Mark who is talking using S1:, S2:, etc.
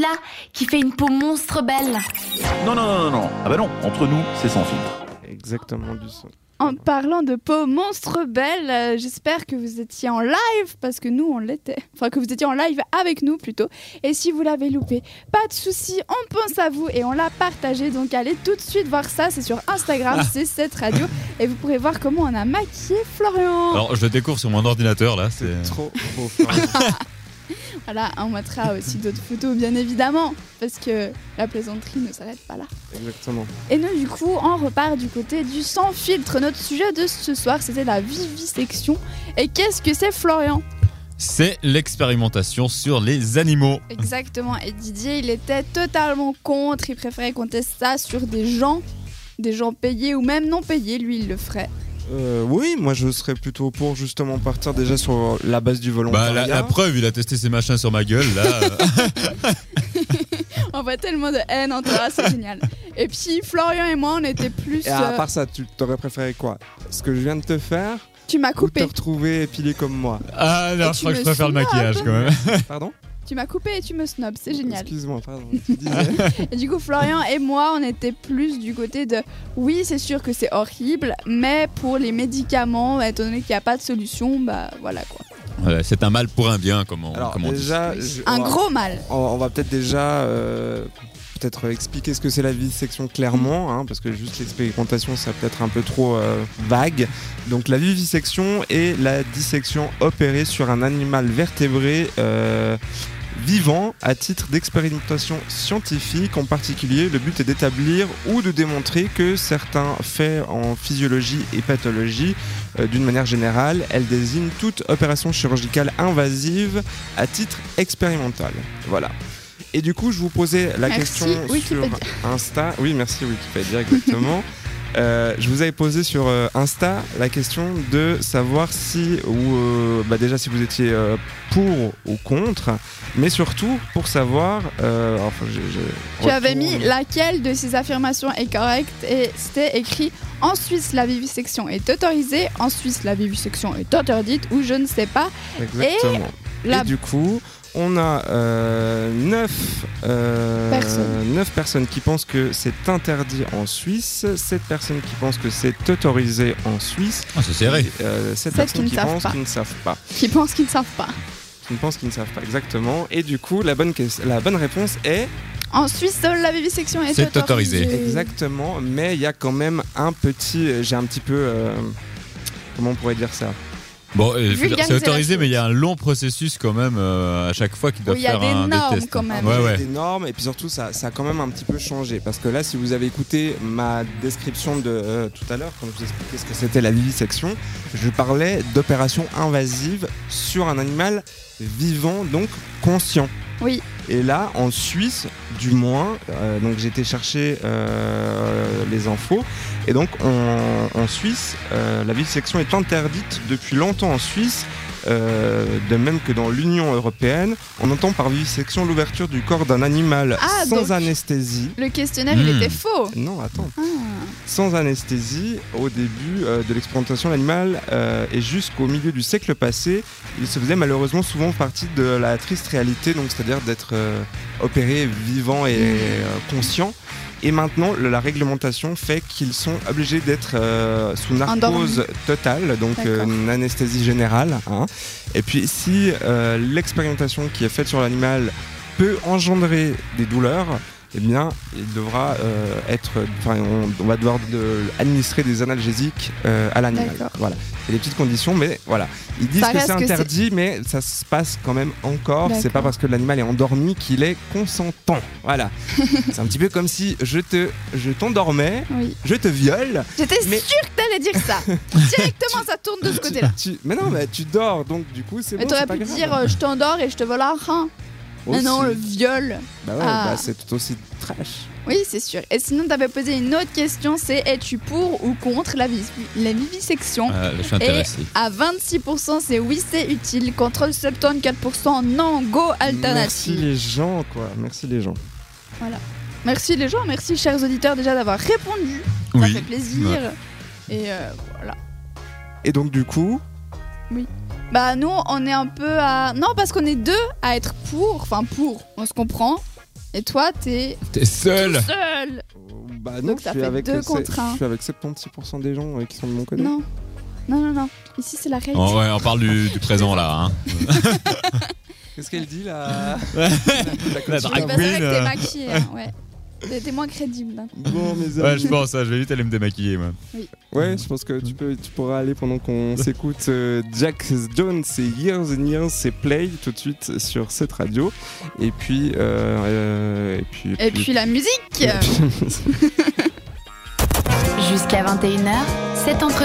S1: là qui fait une peau monstre belle.
S2: Non, non, non, non, non. Ah bah non, entre nous, c'est sans filtre.
S3: Exactement du son.
S4: En parlant de peau monstre belle, euh, j'espère que vous étiez en live parce que nous on l'était. Enfin que vous étiez en live avec nous plutôt. Et si vous l'avez loupé, pas de souci, on pense à vous et on l'a partagé. Donc allez tout de suite voir ça, c'est sur Instagram, c'est cette radio et vous pourrez voir comment on a maquillé Florian.
S5: Alors, je le découvre sur mon ordinateur là. C'est
S3: C'est trop beau. Florian.
S4: Voilà, on mettra aussi d'autres photos bien évidemment parce que la plaisanterie ne s'arrête pas là.
S3: Exactement.
S4: Et nous, du coup, on repart du côté du sans filtre. Notre sujet de ce soir, c'était la vivisection. Et qu'est-ce que c'est, Florian
S5: C'est l'expérimentation sur les animaux.
S4: Exactement. Et Didier, il était totalement contre. Il préférait qu'on teste ça sur des gens, des gens payés ou même non payés. Lui, il le ferait.
S3: Euh, oui, moi je serais plutôt pour justement partir déjà sur la base du
S5: Bah,
S3: volontariat.
S5: la, la preuve, il a testé ses machins sur ma gueule là.
S4: Ah, On voit tellement de haine entre là, c'est génial. Et puis, Florian et moi, on était plus.
S3: Et à
S4: euh,
S3: part ça, tu t'aurais préféré quoi Ce que je viens de te faire
S4: Tu
S3: ou
S4: m'as
S3: te
S4: coupé.
S3: retrouver épilé comme moi
S5: ah
S4: Et
S5: non, je
S4: tu
S5: crois que je
S4: me
S5: préfère le
S4: snobs.
S5: maquillage quand même.
S3: Pardon
S4: Tu m'as coupé et tu me snobs. C'est génial.
S3: Excuse-moi, pardon. tu disais
S4: Et du coup, Florian et moi, on était plus du côté de oui, c'est sûr que c'est horrible, mais pour les médicaments, bah, étant donné qu'il n'y a pas de solution, bah voilà quoi.
S5: Ouais, c'est un mal pour un bien, comme on,
S3: Alors
S5: comme on dit.
S3: déjà, je-
S4: Un
S3: on va-
S4: gros mal.
S3: on, on va peut-être déjà euh, peut-être expliquer ce que c'est la vivisection clairement, hein, parce que juste l'expérimentation, ça peut être un peu trop euh, vague. Donc la vivisection est la dissection opérée sur un animal vertébré. euh, vivant à titre d'expérimentation scientifique en particulier. Le but est d'établir ou de démontrer que certains faits en physiologie et pathologie, euh, d'une manière générale, elles désignent toute opération chirurgicale invasive à titre expérimental. Voilà. Et du coup, je vous posais la
S4: Merci,
S3: question sur
S4: Wikipédia.
S3: Insta. Oui, merci Wikipédia, exactement. Euh, je vous avais posé sur euh, Insta la question de savoir si, ou euh, bah déjà si vous étiez euh, pour ou contre, mais surtout pour savoir. euh, enfin, je- je-
S4: Tu avais
S3: retourne.
S4: mis laquelle de ces affirmations est correcte et c'était écrit en Suisse la vivisection est autorisée, en Suisse la vivisection est interdite ou je ne sais pas.
S3: Exactement.
S4: La
S3: Et du coup, on a euh, 9,
S4: Personnes.
S3: personnes qui pensent que c'est interdit en Suisse, 7 personnes qui pensent que c'est autorisé en Suisse,
S5: Ah, c'est serré.
S3: 7
S4: Sept
S3: personnes
S4: qui
S3: qui
S4: ne savent
S3: pensent
S4: pas.
S3: qu'ils ne savent pas.
S4: qui pensent qu'ils ne savent pas.
S3: Qui ne pensent qu'ils ne savent pas, exactement. Et du coup, la bonne, ques- la bonne réponse est
S4: En Suisse, seule la vivisection est,
S5: C'est autorisé.
S4: autorisée.
S3: exactement, mais il y a quand même un petit. J'ai un petit peu. euh, comment on pourrait dire ça
S5: Bon, euh, je veux dire,
S4: Vulgariser
S5: c'est
S4: la
S5: autorisé,
S4: chose.
S5: mais il y a un long processus quand même euh, à chaque fois qu'il doit
S4: Oui, il y a
S5: faire
S4: des
S5: un
S4: normes,
S5: des tests.
S4: quand même.
S5: Ouais,
S3: J'ai
S5: ouais.
S3: des normes et puis surtout ça, ça a quand même un petit peu changé parce que là si vous avez écouté ma description de euh, tout à l'heure quand je vous expliquais ce que c'était la vivisection je parlais d'opération invasive sur un animal vivant donc conscient
S4: Oui.
S3: et là en Suisse du moins euh, donc j'étais chercher euh, les infos et donc on- en Suisse euh, la vivisection est interdite depuis longtemps en Suisse euh, de même que dans l'Union européenne on entend par vivisection l'ouverture du corps d'un animal
S4: Ah,
S3: sans
S4: donc-
S3: anesthésie.
S4: Le questionnaire, il
S5: Hmm.
S4: était faux.
S3: Non, attends.
S4: Ah.
S3: Sans anesthésie, au début euh, de l'expérimentation animale euh, et jusqu'au milieu du siècle passé, il se faisait malheureusement souvent partie de la triste réalité, donc c'est-à-dire d'être euh, opéré vivant et euh, conscient. Et maintenant, le- la réglementation fait qu'ils sont obligés d'être euh, sous narcose totale, donc euh,
S4: D'accord.
S3: une anesthésie générale. hein. Et puis, si euh, l'expérimentation qui est faite sur l'animal peut engendrer des douleurs, eh bien, il devra euh, être. Enfin, on, on va devoir de- administrer des analgésiques euh, à l'animal.
S4: D'accord.
S3: Voilà. Il y a des petites conditions, mais voilà. Ils disent
S4: Ça
S3: que
S4: reste
S3: c'est
S4: que c'est-
S3: interdit, mais ça se passe quand même encore. C'est pas
S4: D'accord.
S3: parce que l'animal est endormi qu'il est consentant. Voilà. c'est un petit peu comme si je te, je t'endormais,
S4: Oui.
S3: je te viole.
S4: J'étais
S3: Mais-
S4: sûre que t'allais dire ça. Directement, ça tourne de ce côté-là.
S3: Tu- mais non, mais tu dors, donc du coup, c'est
S4: Mais
S3: bon.
S4: t'aurais
S3: c'est pas
S4: pu
S3: grave.
S4: dire euh, je t'endors et je te vole un rein. Mais
S3: Aussi.
S4: non, le viol.
S3: Bah ouais,
S4: Ah.
S3: bah, c'est tout aussi trash.
S4: Oui, c'est sûr. Et sinon, t'avais posé une autre question c'est es-tu pour ou contre la, vis- la vivisection
S5: Ah, là, je suis intéressé.
S4: À 26%, c'est oui, c'est utile. Contre 74%, non, go
S3: Merci
S4: alternative.
S3: les gens, quoi. Merci les gens.
S4: Merci. les gens, merci chers auditeurs déjà d'avoir répondu. Ça
S5: Oui.
S4: fait plaisir. Et euh, voilà.
S3: Et donc du coup,
S4: Bah, nous, on est un peu à. Non, parce qu'on est deux à être pour. Enfin, pour, on se comprend. Et toi, t'es
S5: T'es seul
S4: seul.
S3: Bah non,
S4: Donc,
S3: je
S4: ça
S3: suis,
S4: fait
S3: avec,
S4: deux
S3: euh, c'est-
S4: contre un.
S3: je suis avec 70% des gens euh, qui sont de mon côté.
S4: Non, non, non, non. Ici, c'est la réalité.
S5: Oh, ouais, on parle du, du présent là. hein.
S3: Qu'est-ce qu'elle dit là
S5: La
S4: C'est
S3: ah
S5: drag
S4: pas vrai
S5: queen.
S4: que t'es
S5: euh.
S4: maquillée, hein, ouais. T'es- T'es moins crédible. hein.
S3: Bon, mes
S5: Ouais,
S3: amis.
S5: je pense, ouais, je vais vite aller me démaquiller. Moi.
S3: Ouais, je pense que tu, peux, tu pourras aller pendant qu'on s'écoute euh, Jack Jones c'est Years and Years, c'est Play tout de suite sur cette radio. Et puis. euh, euh, et puis.
S4: Et puis la musique.
S3: et puis-
S1: Jusqu'à 21h, c'est entre